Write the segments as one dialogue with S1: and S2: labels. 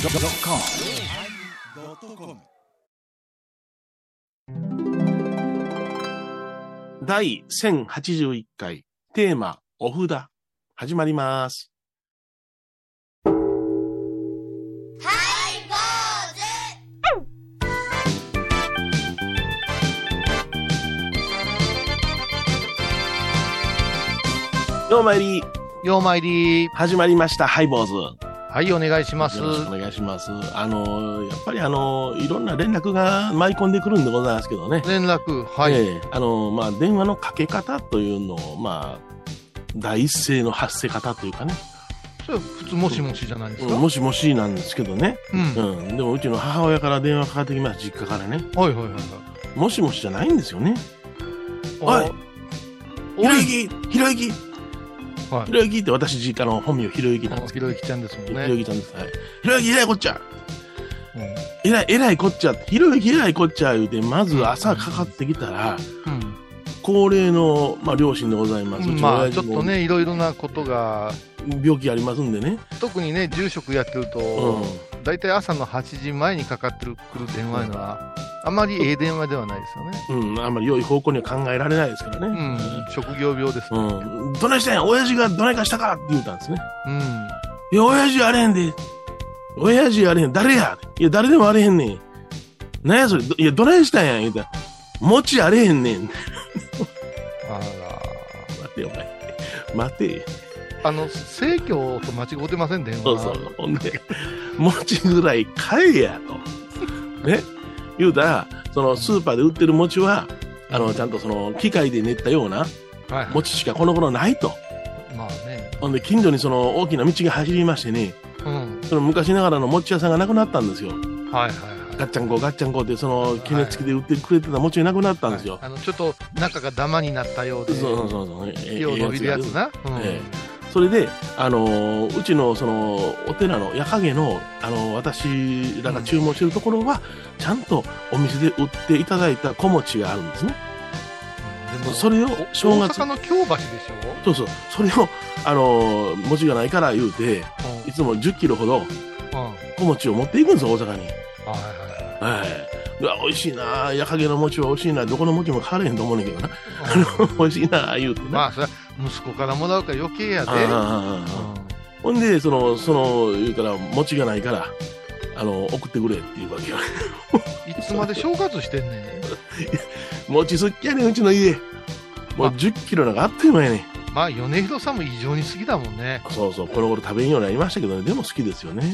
S1: yosmir
S2: 第1081回テーマお札始まります。ようまいり、
S3: ようまいり。
S2: 始まりました。ハイボーズ。
S3: はい、お願いします
S2: よ。ろしくお願いします。あの、やっぱりあの、いろんな連絡が舞い込んでくるんでございますけどね。
S3: 連絡。はい。
S2: ええあの、まあ、電話のかけ方というのを、まあ、第一声の発せ方というかね、
S3: それ普通、もしもしじゃないです
S2: うん
S3: か。うん。
S2: もしもしなんですけどね、う
S3: は
S2: ん、でもうちの母親から電話かかってきます、実家からね、
S3: いはいはい
S2: もしもしじゃないんですよね、お
S3: は
S2: い
S3: い。
S2: ひ
S3: お
S2: ろ
S3: お
S2: ゆ
S3: い。
S2: き、ひろゆき、ひ
S3: はい
S2: ろゆきって私、実家の本名、ひろゆきなんです
S3: ひろゆきちゃんですもん
S2: ひ
S3: ね。
S2: ろゆきちゃんです、はい、ひろゆき、えらいこっちゃ、
S3: うん
S2: えらい、えらいこっちゃ、ひろゆき、えらいこっちゃ、言うて、まず朝かかってきたら、高齢の、まあ、両親でございます、
S3: う。
S2: うんちの
S3: まあ、
S2: 親
S3: ちょっ
S2: 父
S3: と
S2: も
S3: ね、いろいろなことが、
S2: 病気ありますんでね。
S3: 特にね、住職やってる
S2: うん
S3: と、大体朝の8時前にかかってるくる電話いうのは、あまりええ電話ではないですよね。
S2: うん、あんまり良い方向には考えられないですから
S3: う
S2: ね。
S3: ん。職業病です。
S2: うん。どないしたんや親父がどないかしたからって言うたんですね。
S3: うん。
S2: いや、親父やれへんで。親父やれへん。誰やいや、誰でもあれへんねん。なんやそれ。どいや、どないしたんや言うたら。餅あれへんねん。待
S3: あ
S2: てよ、お前。待てよ。
S3: ら。あの、正教と間違うてません、電話。
S2: そうそう。ほんで、餅ぐらい買えやと。ね。言うたら、そのスーパーで売ってる餅は、あの、ちゃんとその、機械で練ったような
S3: はいはい。
S2: 餅しかこの頃ないと。
S3: まあね。
S2: ほんで、近所にその大きな道が走りましてね、
S3: うん。
S2: その昔ながらの餅屋さんがなくなったんですよ。
S3: はいはいはい。
S2: ガッチャンコガッチャンコって、その、決めつきで売ってくれてた餅がなくなったんですよ。
S3: はいあのちょっと中がダマになったようで、
S2: そうそうそうそう。ええ
S3: 火を伸びるやつ。な。うん
S2: ええそれで、あのーうちの、その、お寺の、夜影の、あのー私らが注文してるところは、ちゃんとお店で売っていただいた小餅があるんですね。
S3: うんでも
S2: それを
S3: お
S2: 正月
S3: 大阪の京橋でし
S2: そうそう。それを、あのー餅がないから言うて、
S3: ょ。うん
S2: いつも10キロほど
S3: うんはい
S2: 小餅を持っていくんですよ、大阪に。
S3: は
S2: はい。うわ、美味しいなあ、矢影の餅は美味しいな、どこの餅も変われへんと思うねんけどな。
S3: いはいうん
S2: 美味しいなあ、言うてな。
S3: まあそれは息子からもらうから余計やで。
S2: ああああああほんで、その、その、言うたら、餅がないから、あの、送ってくれっていうわけよ。
S3: うんいつまで正月してんねん。
S2: 餅すっきやねん、うちの家。もう
S3: あ
S2: 10キロなんかあっという間やねん。
S3: まあ米広さんも異常に好きだもんね。
S2: そうそう、この頃食べんようになりましたけどね、でも好きですよね。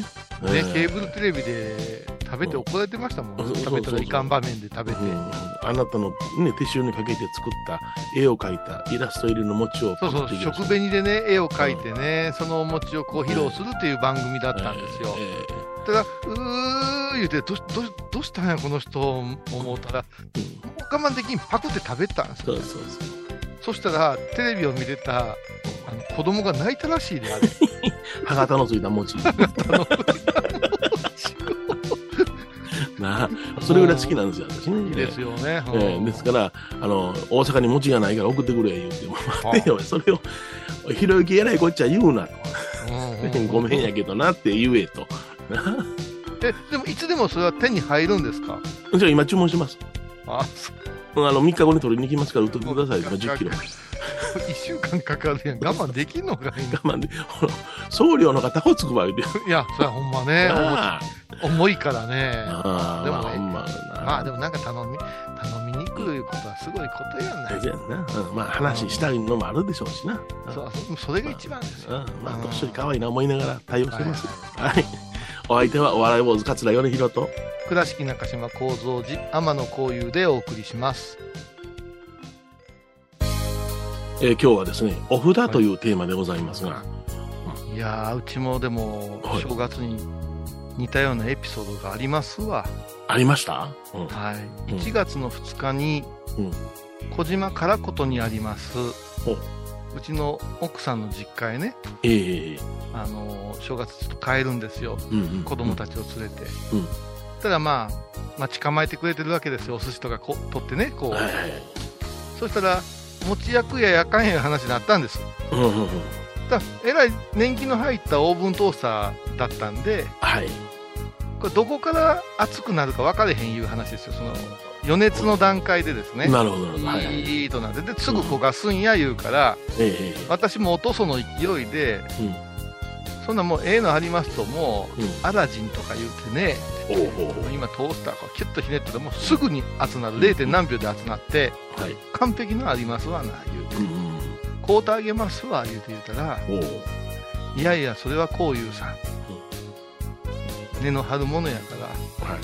S3: ね、
S2: うん
S3: ケーブルテレビで食べて怒られてましたもん、
S2: うん
S3: 食べたらいかん場面で食べて、
S2: うんあなたのね、手塩にかけて作った、絵を描いたイラスト入りの餅を
S3: そうそう
S2: パクッといきました
S3: 食紅でね絵を描いてね、そのお餅をこう披露するっていう番組だったんですよ、
S2: ええ
S3: ただうー言うてどしどしどうしたんやこの人思ったら
S2: ええうん
S3: もう我慢できんパクって食べたんです
S2: そ
S3: よ
S2: うそうそう。
S3: そしたらテレビを見てたあの子供が泣いたらしいであれ
S2: 歯型のついた餅。なあ、それぐらい好きなんですよ、私ね。
S3: いいですよね、
S2: ええですから、あの、大阪に餅がないから送ってくれ、言うて、もう
S3: あ
S2: 待てよ、それを、ひろゆきやらいこっちゃ言うなと。
S3: うんう ん
S2: ごめんやけどなって言えと。
S3: えでもいつでもそれは手に入るんですか
S2: じゃあ今注文します。
S3: あそう
S2: うんあの、3日後に取りに行きますから、売っといてください、今10キロ。
S3: 1週間かかるやん我慢できんのかい な
S2: 我慢で、ほら、送料の方、こつくわ、言うて。
S3: いやそれはほんまね
S2: あ
S3: 重いからね
S2: あ、ああ、
S3: でも
S2: まあ
S3: ね
S2: ほんまな。
S3: まあでもなんか頼み頼みに来るいうことはすごいことやない
S2: 大事やんな。うんまあ、話したいのもあるでしょうしな。
S3: そうそうそれが一番です
S2: うん
S3: よ。
S2: まあ、どっしり可愛いな思いながら対応してます。
S3: はい
S2: はいお相手は、お笑い坊主、桂米宏と。
S3: 倉敷中島幸三寺天野幸雄でお送りします。
S2: えー今日はですね、お札というテーマでございますが、
S3: いやーうちもでも
S2: はい
S3: 正月に似たようなエピソードがありますわ。
S2: ありましたうん。
S3: はい。
S2: うん
S3: 1月の2日に
S2: うん
S3: 小島からことにあります。
S2: ほう
S3: うちの奥さんの実家へね、
S2: ええ
S3: あのー正月ちょっと帰るんですよ。
S2: うんうん
S3: 子供たちを連れて、
S2: うん
S3: ただまあ待ち構えてくれてるわけですよお寿司とかこ取ってねこう、
S2: はいはいはい。
S3: そしたら持ち役ややかんや話になったんです
S2: うんうんうん。
S3: だえらい年季の入ったオーブントースターだったんで、
S2: はい。
S3: これどこから熱くなるか分かれへんいう話ですよ、その余熱の段階でですね、
S2: なるほど、なるほど。はいはい。
S3: いいとなって、ですぐ焦がすんや言うから、
S2: ええ
S3: 私もおとその勢いで、
S2: うん
S3: そんなもうええのありますと、もう、
S2: うん
S3: アラジンとか言うてね、
S2: ええおうおうおう
S3: 今、トースターこうキュッとひねってて、もうすぐに熱なる、0. 何秒で熱なって、
S2: はい。
S3: 完璧なありますわな、言うて
S2: う、ん
S3: 買うてあげますわ、言うて言うたら、
S2: うん。おう
S3: いやいや、それはこういうさ、根の張るものやから、
S2: はい。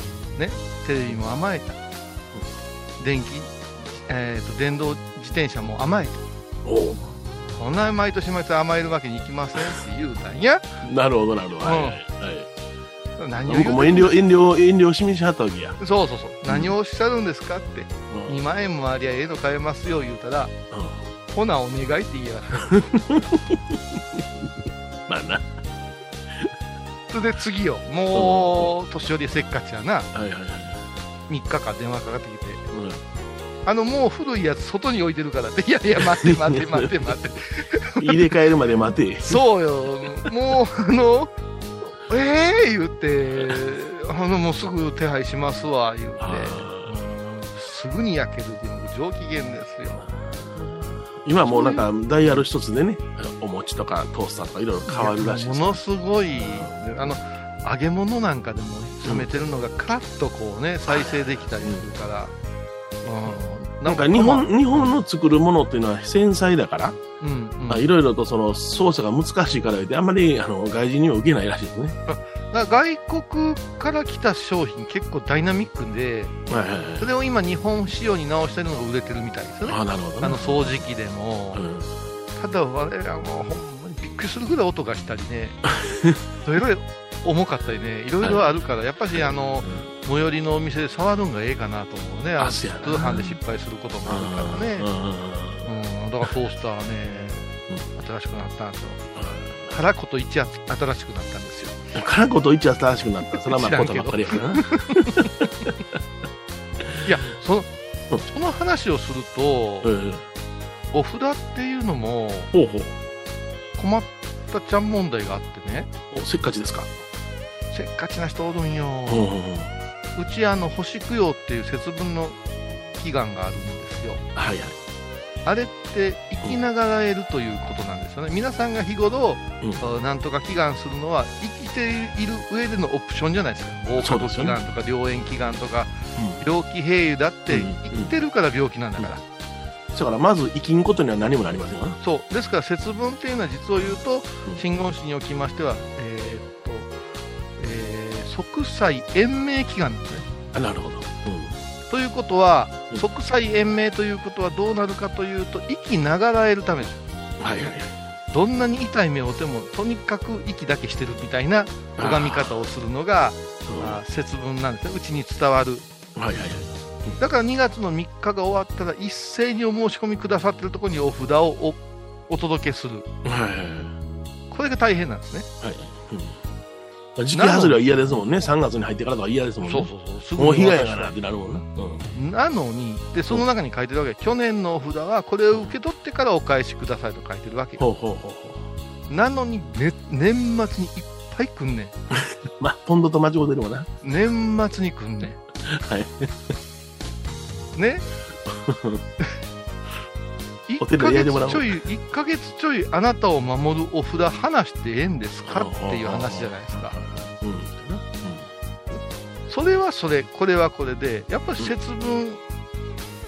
S3: テレビも甘えた、電気、えーと、電動自転車も甘えた、
S2: お
S3: そんな毎年毎年甘えるわけにいきませんって言うたんや、
S2: うなるほど、なるほど。はい。
S3: う
S2: は
S3: ん
S2: い。
S3: 何を
S2: 僕も
S3: う
S2: 遠
S3: てる
S2: 慮、遠慮、遠慮しみしはったわけや。
S3: そうそうそう、何をおっしゃるんですかって、
S2: うん
S3: 2万円もありゃええの買えますよ言うたら、
S2: うん
S3: ほな、お願いって言いやがっ
S2: まあな。
S3: たそれで次よ、もう年寄りせっかちやな、
S2: はいはいはい。
S3: 3日間電話かかってきて。
S2: うん
S3: あのもう古いやつ外に置いてるからっていやいや待って待って待って待って
S2: 入れ替えるまで待て。
S3: そうよ、もう、あの、ええー、言って、あの、もうすぐ手配しますわ、言って、
S2: あ
S3: すぐに焼けるっていうのが上機嫌ですよ。
S2: ー今もうなんかダイヤル一つでね、お餅とかトースターとかいろいろ変わるらしいで
S3: も
S2: す。
S3: のすごい、あの、揚げ物なんかでも冷めてるのがカラッとこうね、再生できたりするから、うん、
S2: なんか日、本日本の作るものっていうのは繊細だから、
S3: うん、うん、
S2: まあいろいろとその操作が難しいからで、あんまりあの外人には受けないらしいですね。
S3: だから外国から来た商品結構ダイナミックで、
S2: はいはいはい
S3: それを今日本仕様に直してるのが売れてるみたいですよね。
S2: ああ、なるほど
S3: あの
S2: ね。
S3: 掃除機でも、
S2: うん
S3: ただ我らもほんまにびっくりするぐらい音がしたり ね、いろいろ重かったりね、いろいろあるから、やっぱりあの最寄りのお店で触るんがええかなと思うね、あの
S2: あ
S3: 通
S2: そうやな
S3: 販で失敗することもあるからね、うん、だからトースターね、新しくなったんですよ、からこと一新しくなったんですよ、
S2: からこと一新しくなった。それはまあことばっかりや からな。
S3: いや、その
S2: うん
S3: その話をすると、
S2: うん
S3: お札っていうのも
S2: ほうほう。
S3: 困ったちゃん問題があってね、
S2: おせっかちですか。
S3: せっかちな人おるんよ。
S2: ほうほうほう
S3: うちあの星供養っていう節分の祈願があるんですよ
S2: はいはい。
S3: あれって生きながらえるということなんですよね皆さんが日頃、
S2: う
S3: あなんとか祈願するのは生きている上でのオプションじゃないですか合
S2: そう
S3: 格
S2: ですよ
S3: 祈
S2: ね
S3: 願とか良縁祈願とか、病気併誘だって
S2: うん
S3: 生きてるから病気なんだから、
S2: だからまず生きんことには何もなりませんわな。
S3: そうですから節分っていうのは実を言うと
S2: ん
S3: 真言宗におきましては、えーっとえー即歳延命祈願なんですね
S2: あなるほど。うん
S3: ということは
S2: うん
S3: 即歳延命ということはどうなるかというと息ながらえるためです
S2: はいはいはい。
S3: どんなに痛い目を負ってもとにかく息だけしてるみたいな拝み方をするのが
S2: うん
S3: ま
S2: は
S3: あ節分なんですねうちに伝わる
S2: いはいはい。
S3: だから2月の3日が終わったら一斉にお申し込みくださってるところにお札をおお届けする
S2: はいはいはい。
S3: これが大変なんですね
S2: はい。うん。時期外れは嫌ですもんね。3月に入ってからとか嫌ですもんね。
S3: そうそうすぐに
S2: もう被害
S3: 渡
S2: が
S3: した
S2: なってなるもんな。うん。
S3: なのにでその中に書いてるわけ去年のお札はこれを受け取ってからお返しくださいと書いてるわけ
S2: ほうほうほうほ
S3: なのに、ね、年末にいっぱい来んねん。
S2: う。まあ、ポンドと間違うてるもんな。
S3: 年末に来んねん。
S2: はい。
S3: ね
S2: お
S3: 1
S2: 手
S3: ヶ
S2: 伝いでもらお
S3: 月
S2: う
S3: ちょい、一ヶ月ちょいあなたを守るお札話してええんですかっていう話じゃないですか。。
S2: うん。
S3: それはそれ、これはこれで、やっぱり節分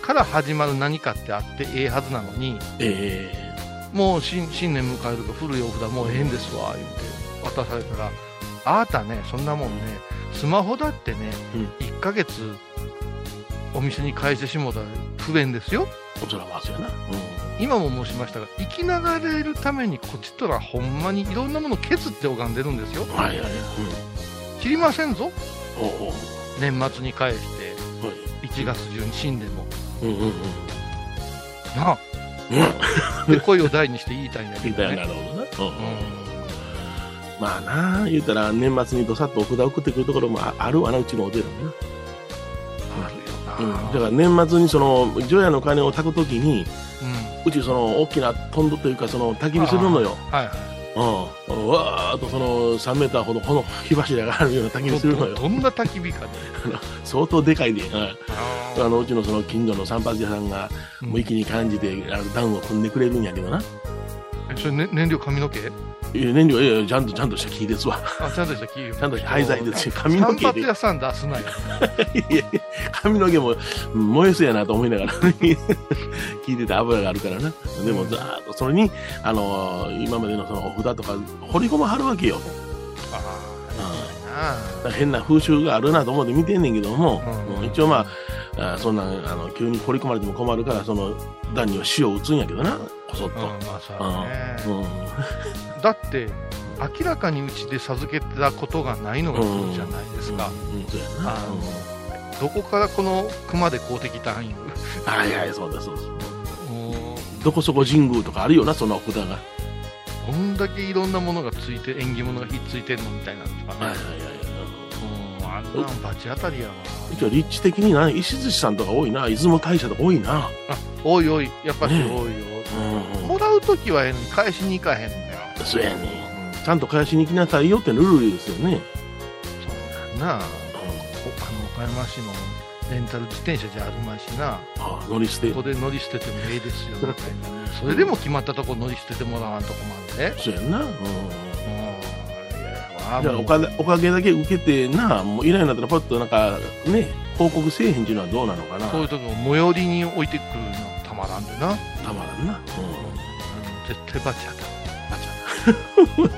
S3: から始まる何かってあってええはずなのに、
S2: ええ
S3: もう新新年迎えると古いお札もうええんですわ、言うて渡されたら、あなたね、そんなもんね、スマホだってね、
S2: うん
S3: 1ヶ月お店に返してしもうたら不便ですよ。
S2: そらまあそうやな。
S3: 今も申しましたが、生きながらえるためにこちとらほんまにいろんなもの削って拝んでるんですよ
S2: う。ん。はいはいはい。
S3: 知りませんぞ、
S2: うん。ほうほ
S3: 年末に返して、
S2: う。はい。
S3: 1月中に新年も。
S2: うんうんうん。
S3: なあ
S2: うん。
S3: で声を大にして言いたいんだけ
S2: み
S3: ど、
S2: たいな
S3: ね。
S2: るほどな。うん
S3: う。ん
S2: まあなあ、言うたら年末にどさっとお札送ってくるところもああるわな、うちのお寺もな。
S3: あ
S2: う
S3: るよ
S2: ん。
S3: な、
S2: だから年末にその、除夜の鐘を炊くときに、
S3: うん
S2: うちその大きなトンドというかその焚き火するのよ
S3: はいは
S2: う
S3: い
S2: ん、わーっとその3メーターほどこの火柱があるような焚き火するの
S3: ど
S2: よ
S3: どんな焚き火かね。
S2: 相当でかいで、うん
S3: あ
S2: あのうちのその近所の散髪屋さんが
S3: うん
S2: 無意気に感じてあの暖を組んでくれるんやけどな
S3: えそれ、ね、燃料髪の毛
S2: いや燃料いやいやちゃんとちゃんとした木ですわ
S3: あ、ちゃんとした木。
S2: ちゃんとした廃材ですし髪の
S3: 散
S2: 毛
S3: 髪
S2: で
S3: 屋さん出す なよ。
S2: いやいや髪の毛もうん燃えそうやなと思いながら 聞いてた油があるからなでもざーっとそれに、あのー今までのそのお札とか掘り込まはるわけよ、う
S3: ああ。
S2: ん変な風習があるなと思って見てんねんけども、
S3: うん
S2: うん一応まああーそんなんあの急に掘り込まれても困るからその段には塩を打つんやけどなこそっ
S3: うん、
S2: と、
S3: まあそうだね。
S2: うん
S3: だって、明らかにうちで授けたことがないのがそうじゃないですか。
S2: うん、そうやな
S3: あのどこからこの熊で公的単位
S2: はいはいそうですそうです
S3: も
S2: どこそこ神宮とかあるよなその札が、は
S3: う、どんだけいろんなものがついて、縁起物がひっついてんのみたいなのと
S2: いは
S3: か
S2: いはい
S3: ね。
S2: はい
S3: うん、あんなんバチ当たりやわ。
S2: 一応立地的にな石寿司さんとか多いな出雲大社とか多いな
S3: おいおい、やっぱりおい
S2: ね
S3: おい。
S2: うん
S3: もらうときはええのに返しに行かへんのよ。
S2: そうやねちゃんと返しに来なさいよってルールですよね、
S3: そうなあ、おあの岡山市のレンタル自転車じゃあるまいしな、
S2: ああ乗り捨て
S3: ここで乗り捨ててもええですよみたいな、それでも決まったとこ乗り捨ててもらわんとこもあるで、
S2: そうやんな、うん
S3: うん、いやいやわあ
S2: じゃあ
S3: もう
S2: おかげおかげだけ受けてなもう依頼になったらパッとなんかね報告せえへんっていうのはどうなのかな
S3: そういうとこ最寄りに置いてくるのたまらんでな、うん
S2: たまらんな、
S3: 絶対バチ当たる。
S2: うん、そん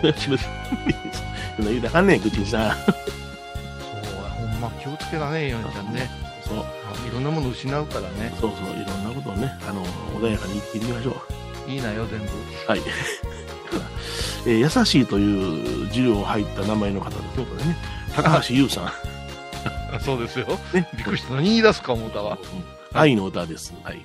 S2: な言うたらあかんね ん口にさ
S3: そうやほんま気をつけらねえよみたいなね、
S2: そう
S3: いろんなもの失うからね、
S2: そうそういろんなことをねあの穏やかに生きていきましょう
S3: いいなよ全部。
S2: はい。えー優しいという字を入った名前の方ですね、これね。高橋優さん。
S3: あそうですよ。
S2: ね
S3: びっくりした。何言い出すか思ったわ。
S2: うん愛の歌です。はい。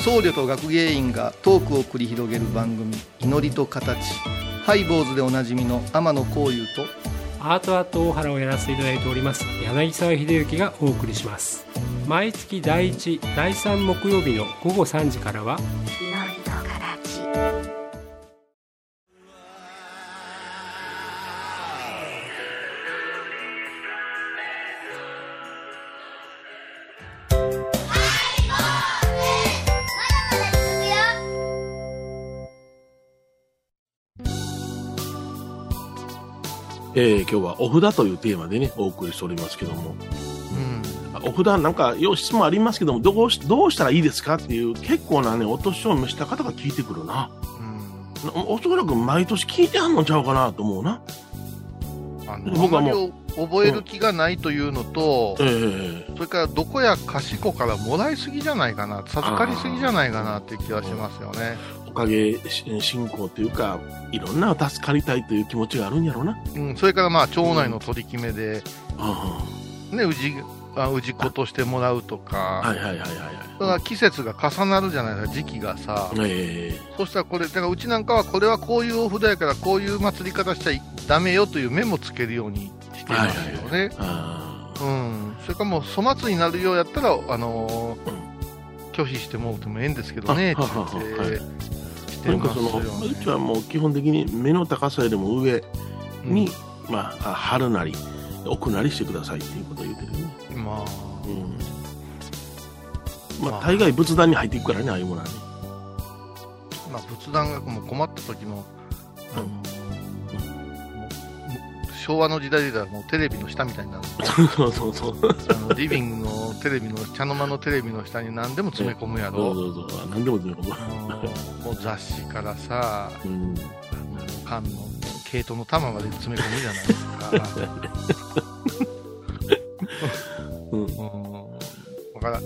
S4: 僧侶と学芸員がトークを繰り広げる番組「祈りと形」ハイボーズでおなじみの天野幸雄と
S5: アートアート大原をやらせていただいております柳沢秀幸がお送りします毎月第1第3木曜日の午後3時からは
S2: えー今日はお札というテーマでね、お送りしておりますけども、
S3: うん。
S2: あお札なんか、よう質問ありますけども、どうしどうしたらいいですかっていう、結構なね、お年を召した方が聞いてくるな。
S3: うん
S2: なおそらく毎年聞いてはんのちゃうかなと思うな。
S3: あの
S2: 僕はもう
S3: あまり覚える気がないというのと、
S2: ええ
S3: それからどこやかしこからもらいすぎじゃないかな、授かりすぎじゃないかなっていう気はしますよね。
S2: おかげし信仰というか、いろんな助かりたいという気持ちがあるんやろうな。
S3: うん、それからまあ町内の取り決めで、
S2: あ
S3: ね、うじあ氏子としてもらうと
S2: あ
S3: か、
S2: はいはいはいはい
S3: それ
S2: は
S3: から季節が重なるじゃないですか、時期がさ、
S2: い。ええ
S3: そしたらこれ、だからうちなんかはこれはこういうお札やから、こういう祭り方しちゃダメよというメモつけるようにしていますよね。
S2: ああ
S3: うん、それからもう粗末になるようやったら、あのー
S2: う
S3: 拒否してもうてもええんですけどねって
S2: あ
S3: 言って、
S2: ははははい
S3: して
S2: なんか
S3: ます
S2: そ
S3: よ、
S2: の、
S3: ね
S2: うちはもう基本的に目の高さよりも上に、まあ、張るなり奥なりしてくださいっていうことを言ってるよね、
S3: うんまあ、
S2: うんま
S3: ま
S2: あ、
S3: あ
S2: 大概仏壇に入っていくからねああいうものはね
S3: まあ、仏壇がもう困った時も、あのーもう昭和の時代で言ったらもうテレビの下みたいになる
S2: そうそうそうそう
S3: あのリビングのテレビの茶の間のテレビの下に何でも詰め込むや
S2: そ
S3: ろ、
S2: うそう何でも全部
S3: うんもう雑誌からさ
S2: うん
S3: あの缶の毛糸の玉まで詰め込むじゃないですか。
S2: うん
S3: うーんだか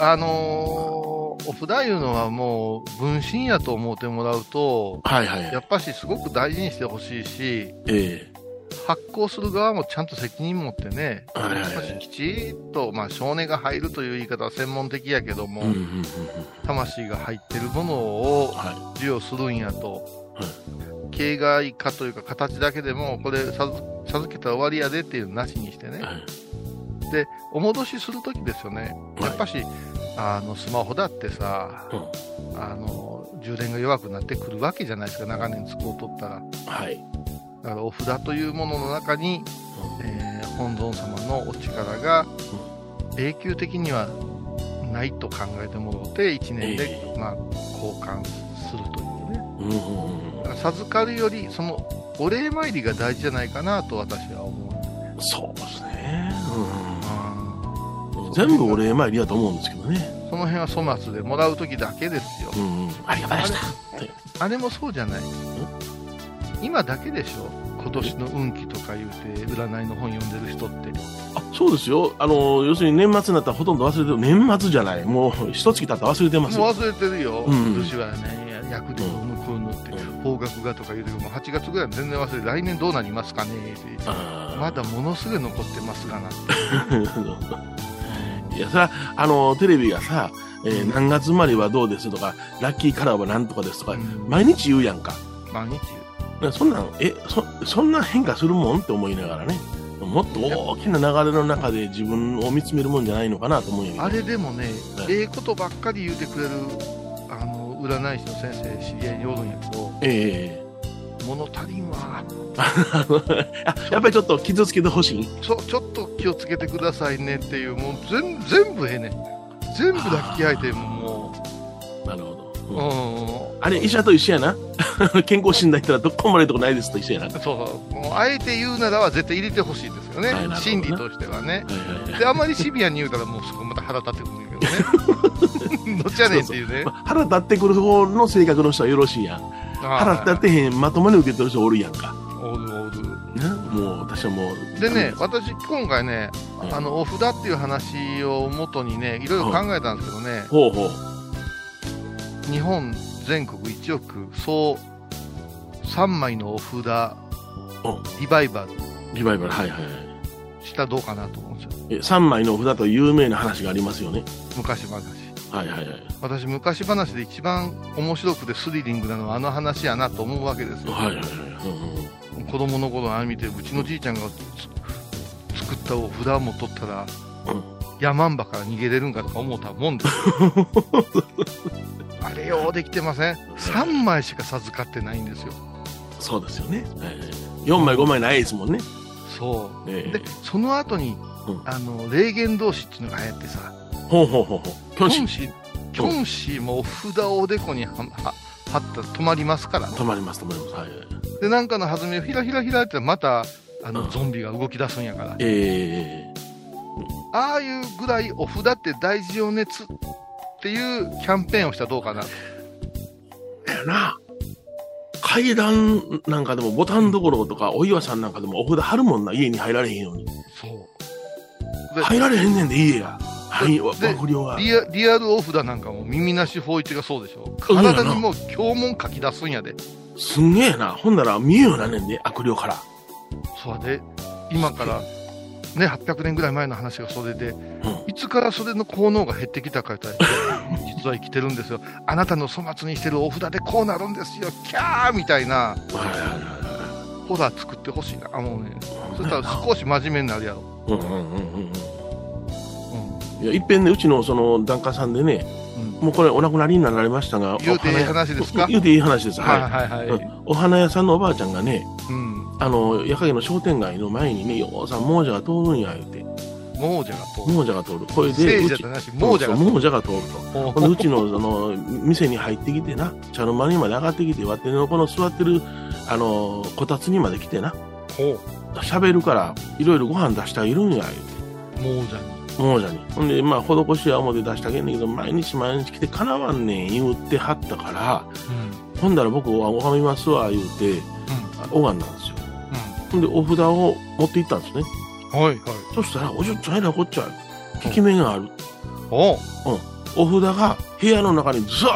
S3: ら、あのーお札いうのはもう分身やと思ってもらうと、
S2: はいはい。
S3: やっぱしすごく大事にしてほしいし、
S2: え
S3: 発行する側もちゃんと責任持ってね、
S2: えはい
S3: や
S2: はい
S3: っ
S2: は
S3: ぱし
S2: い。
S3: きちっと、まあ、少年が入るという言い方は専門的やけども、
S2: うんうんうんうん。
S3: 魂が入ってるものを
S2: は
S3: 授与するんやと、
S2: は
S3: 形骸化というか形だけでも、これ授授けたら終わりやでっていうのなしにしてね
S2: い。、はい
S3: お戻しするときですよね、
S2: はい
S3: やっぱしあのスマホだってさ、
S2: うん
S3: あの充電が弱くなってくるわけじゃないですか長年使うとったら
S2: はい。
S3: だからお札というものの中に、
S2: うん
S3: えー本尊様のお力が永久的にはないと考えてもろて1年で、
S2: え
S3: まあ、交換するというね
S2: うんうんうん
S3: だから授かるよりそのお礼参りが大事じゃないかなと私は思う
S2: そうですね。
S3: あ
S2: うんうん全部お礼参りやと思うんですけどね。
S3: ーその辺は粗末でもらう時だけですよ
S2: うんうん。ありがとうございました。
S3: あれもそうじゃない今だけでしょ今年の運気とか言うて占いの本読んでる人って
S2: あそうですよ。あの、要するに年末になったらほとんど忘れてる。年末じゃない。もう、一月経ったら忘れてます
S3: もう
S2: よ。
S3: 忘れてるよ、
S2: うん
S3: 今年はね役でどうのこうのって
S2: うん
S3: 方角がとか言うてもう8月ぐらいは全然忘れて来年どうなりますかねってま
S2: あ
S3: だものすごい残ってますがなって
S2: ー いやさ、あの、テレビがさ、えー何月生まれはどうですとか、ラッキーカラーはなんとかですとか、
S3: うん
S2: 毎日言うやんか。
S3: 毎日
S2: そんなん、え、そ、そんな変化するもんって思いながらね、もっと大きな流れの中で自分を見つめるもんじゃないのかなと思うんやけど。
S3: あれでもね
S2: はい
S3: ええことばっかり言うてくれるあの占い師の先生知り合いにおるんやけど
S2: え
S3: 物足りんわ
S2: えあやっぱりちょっと傷つけてほしい。
S3: ちょちょっと気をつけてくださいねっていうもう全全部ええねん全部抱き合えても
S2: なるほ
S3: う、
S2: ど。
S3: う
S2: うん
S3: ん、
S2: あれ、医者と一緒やな。 健康診断行ったらどこまでとかないですと一緒やな。は
S3: そうそうもうあえて言うならは絶対入れてほしいですよね、
S2: はいなるほど
S3: 心
S2: ね
S3: 理としてはね
S2: いはいはい
S3: であんまりシビアに言うたらもうそこまた腹立ってくるんだけど ねどっちやねんっていうね
S2: まあ腹立ってくる方の性格の人はよろしいやん。腹立ってへん、まともに受け取る人おるやんか。
S3: おるおる
S2: なもう、私はもう。
S3: でね、私今回ね
S2: うん
S3: あのお札っていう話をもとにねいろいろ考えたんですけどね、
S2: ほうほう。
S3: 日本全国1億総3枚のお札リバイバル
S2: リバイバル、はいはいはい。
S3: したらどうかなと思うんですよ
S2: え3枚の札と有名な話がありますよね。
S3: 昔話
S2: はいはいはい。
S3: 私昔話で一番面白くてスリリングなのはあの話やなと思うわけですよ、
S2: はいはいはい。うんうん
S3: 子供の頃あれ見てうちのじいちゃんがつ作ったお札を持っとったら、
S2: うん
S3: ヤマンバから逃げれるんかとか思うたもんですよあれようできてません3枚しか授かってないんですよ
S2: そうですよね。はいはい、4枚5枚ないですもんね。
S3: そう
S2: ええ
S3: でその後に、
S2: うん
S3: あの霊言同士っていうのが流行ってさ
S2: ほうほうほうほう。
S3: キ
S2: 教師
S3: シキョンシーもお札をおでこにはは貼ったら止まりますからね
S2: 止まります止まります。はいはい。
S3: でなんかの弾みをひらひらひらってまたあの、
S2: うん
S3: ゾンビが動き出すんやから
S2: ええ
S3: ああいうぐらいお札って大事よねつっていうキャンペーンをしたらどうかな
S2: だよな。階段なんかでもボタンどころとか、お岩さんなんかでもお札貼るもんな、家に入られへんように。
S3: そうで
S2: 入られへんねんで、家が。はい、
S3: で
S2: わ悪霊が。
S3: リアリアルお札なんかも耳なし法一がそうでしょ
S2: うん
S3: 体にもう胸紋書き出すんやです
S2: んげえな。ほんなら見えようになんねんで、悪霊から。
S3: そうやで今から、ね、800年ぐらい前の話がそれで、いつからそれの効能が減ってきたかって言ったら 実は生きてるんですよあなたの粗末にしてるお札でこうなるんですよキャーみたい
S2: はい
S3: な
S2: はいは
S3: ホラー作ってほしいなあもうね
S2: いはい。
S3: そしたら少し真面目になるやろ、
S2: うんうんうんうんうん。
S3: う
S2: いや、いっぺんね、うちのその檀家さんでね、
S3: んうん
S2: もうこれお亡くなりになられましたが、
S3: 言うていい
S2: お花屋
S3: 話ですか
S2: 言うていい話です。
S3: はい
S2: は
S3: はい
S2: い。
S3: は
S2: う
S3: い、
S2: んお花屋さんのおばあちゃんがね、
S3: うん、
S2: あの、夜影の商店街の前にね、ようさん、亡者が通るんや、言うて。
S3: 亡者が通る
S2: 亡者が通る。これで、
S3: 聖
S2: う
S3: 者
S2: ち
S3: じゃ、なし亡者が
S2: そうそ
S3: 通
S2: う
S3: る
S2: 亡者が通ると。ほんでうちの、あの、店に入ってきてな、茶の間にまで上がってきて、わてのこの座ってる、あの、こたつにまで来てな、
S3: ほう
S2: 喋るから、いろいろご飯出してあげるんや、言うて。
S3: 亡者に
S2: 亡者に。ほんで、まあ、施しは表出してあげんねんけど、毎日毎日来てかなわんねん言うてはったから、ほんだら僕、お拝みますわ、言うて、拝んだんですよ。ほんで、お札を持って行ったんですね。
S3: うん、うん、はいはい
S2: そしたら、おじゅっちゃんえらいこっちゃ、効き目がある。
S3: おう
S2: お札が部屋の中にずー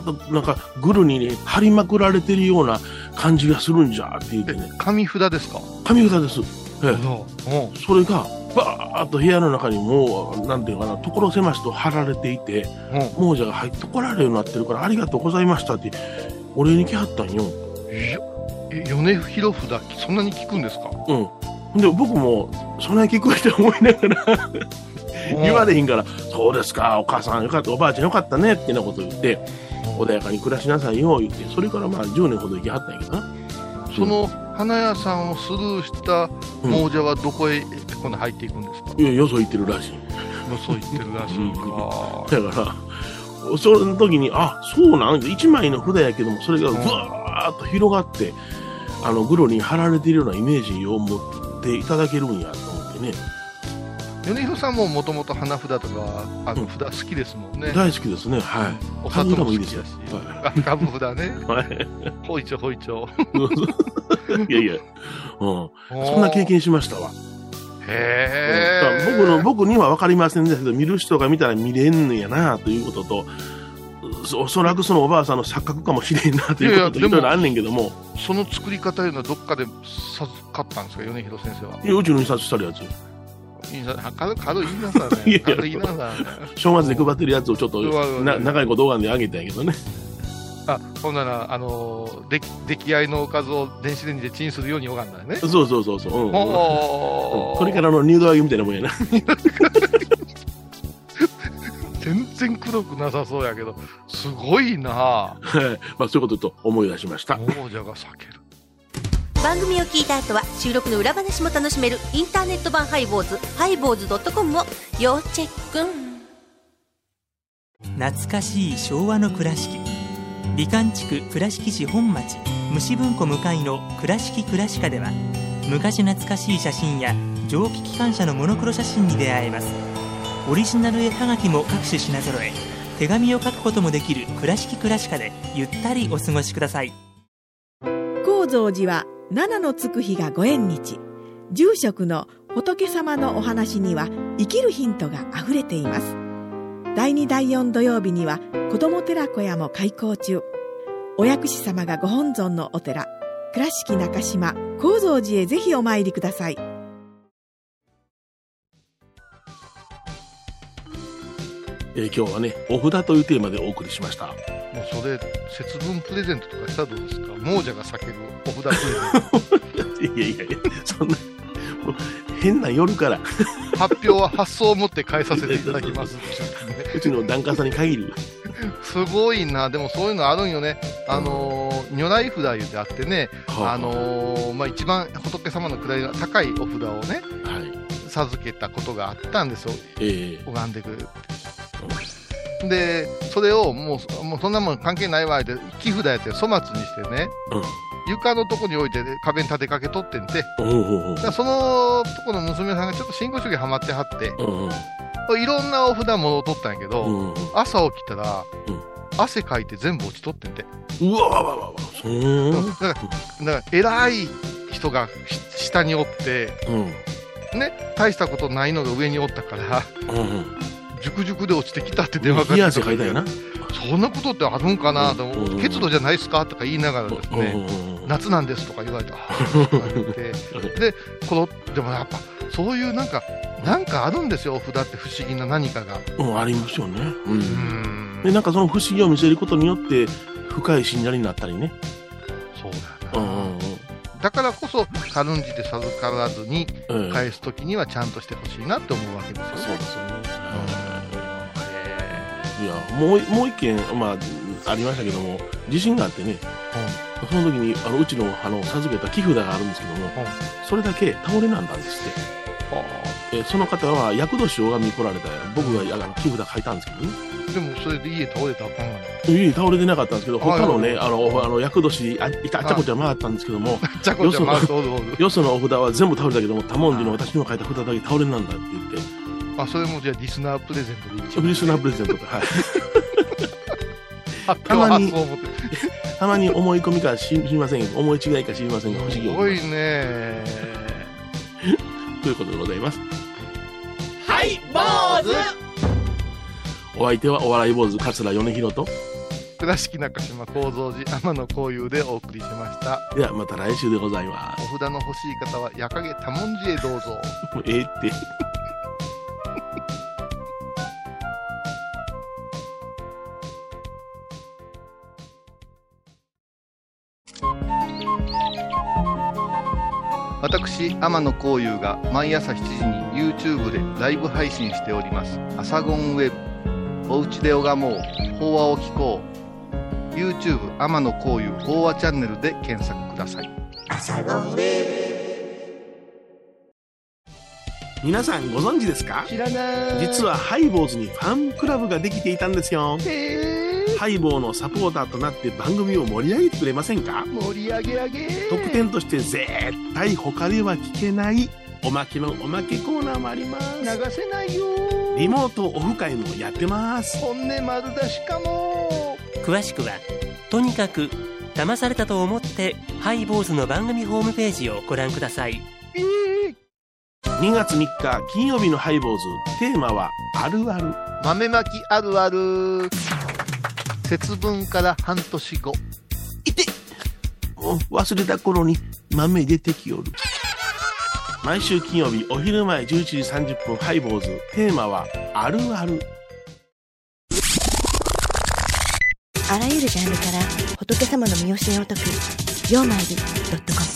S2: っとなんかぐるにね貼りまくられてるような感じがするんじゃって言って
S3: え
S2: ね、
S3: 紙札ですか
S2: 神札です。ええ
S3: おうおう
S2: それがバーッと部屋の中にもうなんていうかな所狭しと貼られていて
S3: お
S2: 亡者が入ってこられるようになってるからありがとうございましたってお礼に来はったんよ。
S3: うよえ米広札そんなに効くんですか
S2: うん。で僕もそんなに聞こえて思いながら言われへんから「そうですかお母さんよかったおばあちゃんよかったね」ってなこと言って「穏やかに暮らしなさいよ」言ってそれからまあ10年ほど生きはったんやけどな
S3: その花屋さんをスルーした亡者はどこへ今度入っていくんですか、
S2: いやよそ行ってるらしい
S3: もうそう言ってるらしいか、
S2: だからその時にあそうなん1枚の札やけどもそれがぐわーっと広がってあのグロに貼られているようなイメージを持っていただけるんやと思ってね
S3: 米広さんももともと花札とかあ
S2: う
S3: の
S2: ん
S3: 札好きですもんね、
S2: 大好きですねはい
S3: お砂糖も
S2: も
S3: 好
S2: いい
S3: き
S2: で
S3: だ
S2: す
S3: し
S2: よは
S3: あ株札ね
S2: い、はい
S3: ほいちょほいちょ
S2: いやいや、うん、そんな経験しましたわ
S3: へえ、
S2: 僕の僕には分かりませんでしたけど見る人が見たら見れんのやなということとそおそらくそのおばあさんの錯覚かもしれんなということと
S3: いやいやで
S2: い
S3: も
S2: ろいろあんねんけども
S3: その作り方いうのはどっかで授かったんですか米広先生はい
S2: やうちの印刷してるやつ
S3: いいな軽軽いなさ
S2: いや
S3: ね
S2: いや
S3: 軽いなさね
S2: 正月で配ってるやつをちょっと
S3: うわうわ
S2: な長い子動画であげたんやけどね
S3: あほんならあのーでき出来合いのおかずを電子レンジでチンするように拝んだよね
S2: そうそうそうそう、うんうん
S3: おー
S2: これからの入道揚げみたいなもんやな
S3: 全然くどくなさそうやけどすごいな
S2: はいまあそういうことと思い出しました
S3: 王者が避け る
S6: 番組を聞いた後は収録の裏話も楽しめるインターネット版ハイボーズハイボーズドットコムを要チェック
S7: 懐かしい昭和の倉敷美観地区倉敷市本町虫文庫向かいの「倉敷倉敷科」では昔懐かしい写真や蒸気機関車のモノクロ写真に出会えますオリジナル絵はがきも各種品揃え手紙を書くこともできる「倉敷倉敷科」でゆったりお過ごしください
S8: 高蔵寺は七のつく日がご縁日住職の仏様のお話には生きるヒントがあふれています第2第4土曜日には子ども寺小屋も開校中お薬師様がご本尊のお寺倉敷中島・高蔵寺へぜひお参りください
S2: えー今日はねお札というテーマでお送りしました
S3: もうそれ節分プレゼントとかしたらどうですか亡者が避けるお札プレゼント
S2: いやいやいやそんなもう変な夜から
S3: 発表は発想を持って返させていただきますっていうね
S2: うちの檀家さんに限る
S3: すごいなでもそういうのあるんよねあのー如来札言うてあってねあのーまあ一番仏様の位が高いお札をね
S2: はい
S3: 授けたことがあったんですよ
S2: ええ
S3: 拝んでくれるでそれをもうもうそんなもん関係ないわって寄付だやって粗末にしてね
S2: うん
S3: 床のとこに置いてね壁に立てかけとってんてだか
S2: おうおうおう
S3: らそのとこの娘さんがちょっと信仰主義ハマってはって
S2: うんうん
S3: いろんなお札物を取ったんやけど、
S2: うんうん
S3: 朝起きたら、
S2: うん
S3: 汗かいて全部落ちとってんて
S2: うわわわわわそう
S3: だ
S2: ん
S3: からだから偉い人がし下におって
S2: うん
S3: ね大したことないのが上におったから
S2: うん
S3: 熟々で落ちてきたって
S2: う
S3: 電話か
S2: ん冷
S3: かっ
S2: や
S3: て
S2: 汗かいたよな
S3: そんなことってあるんかなと、
S2: うん
S3: 結露じゃないですかとか言いながらです
S2: う
S3: ね、
S2: んうんうん
S3: 夏なんですとか言われて、あーとか言って、で、この、でもやっぱ、そういうなんか、なんかあるんですよ、お札って不思議な何かが。
S2: うんありますよねう
S3: うんん
S2: でなんかその不思議を見せることによって深い信者になったりね
S3: そう
S2: う
S3: だ
S2: んう
S3: よな。
S2: ん
S3: だからこそ、軽んじて授からずに、
S2: うんええ
S3: 返すときにはちゃんとしてほしいなって思うわけですよ。
S2: そうですよね
S3: へ
S2: いやもうもう一件まあありましたけども地震があってねその時にあのうちのあの授けた木札があるんですけどもそれだけ倒れなんだんですって
S3: ーあ
S2: えーその方は厄年を拝み来られた僕があの寄付だ書いたんですけどね
S3: ーでも、それで家倒れたらあかん がな。
S2: 家に倒れてなかったんですけど
S3: はい
S2: 他のねあのあの厄年あいたあちゃこちゃ回ったんですけども
S3: じゃこちゃ回すおるおる。
S2: よそのお札は全部倒れたけども多文字の私の書いた札だけ倒れなんだって言って
S3: あ、それもじゃあリスナープレゼントで一
S2: フ
S3: 応。
S2: リスナープレゼントと か、はい、
S3: 発
S2: たまに
S3: 表発想を持って。
S2: たまに思い込みか知りませんけど思い違いか知りませんが不思
S3: す
S2: 議を
S3: ご
S2: 覚え
S3: い
S2: ます
S3: ね。
S2: ということでございます
S1: ハイ
S9: い坊主
S2: お相手はお笑い坊主桂米広と
S10: 倉敷中島幸三寺天野幸雄でお送りしました
S2: ではまた来週でございます
S10: お札の欲しい方は矢影多文字へどうぞ
S2: もうええって
S3: 私天野幸雄が毎朝7時に YouTube でライブ配信しております「アサゴンウェブ」「おうちで拝もう法話を聞こう」YouTube 天野幸雄法話チャンネルで検索ください
S2: 皆さんご存知ですか
S3: 知らない
S2: 実はハイボーズにファンクラブができていたんですよハイボーのサポーターとなって番組を盛り上げてくれませんか
S3: 盛り上げ上げ
S2: 特典として絶対他では聞けないおまけのおまけコーナーもあります
S3: 流せないよ
S2: リモートオフ会もやってます
S3: 本音丸出しかも
S5: 詳しくはとにかく騙されたと思ってハイボーズの番組ホームページをご覧ください
S2: 2月3日金曜日のハイボーズテーマはあるある
S10: 豆まきあるある節分から半年後
S2: もう忘れた頃に豆出てきよる毎週金曜日お昼前11時30分ハイボーズテーマはあるある
S6: あらゆるジャンルから仏様の身教えを解く「曜マイルドットコム」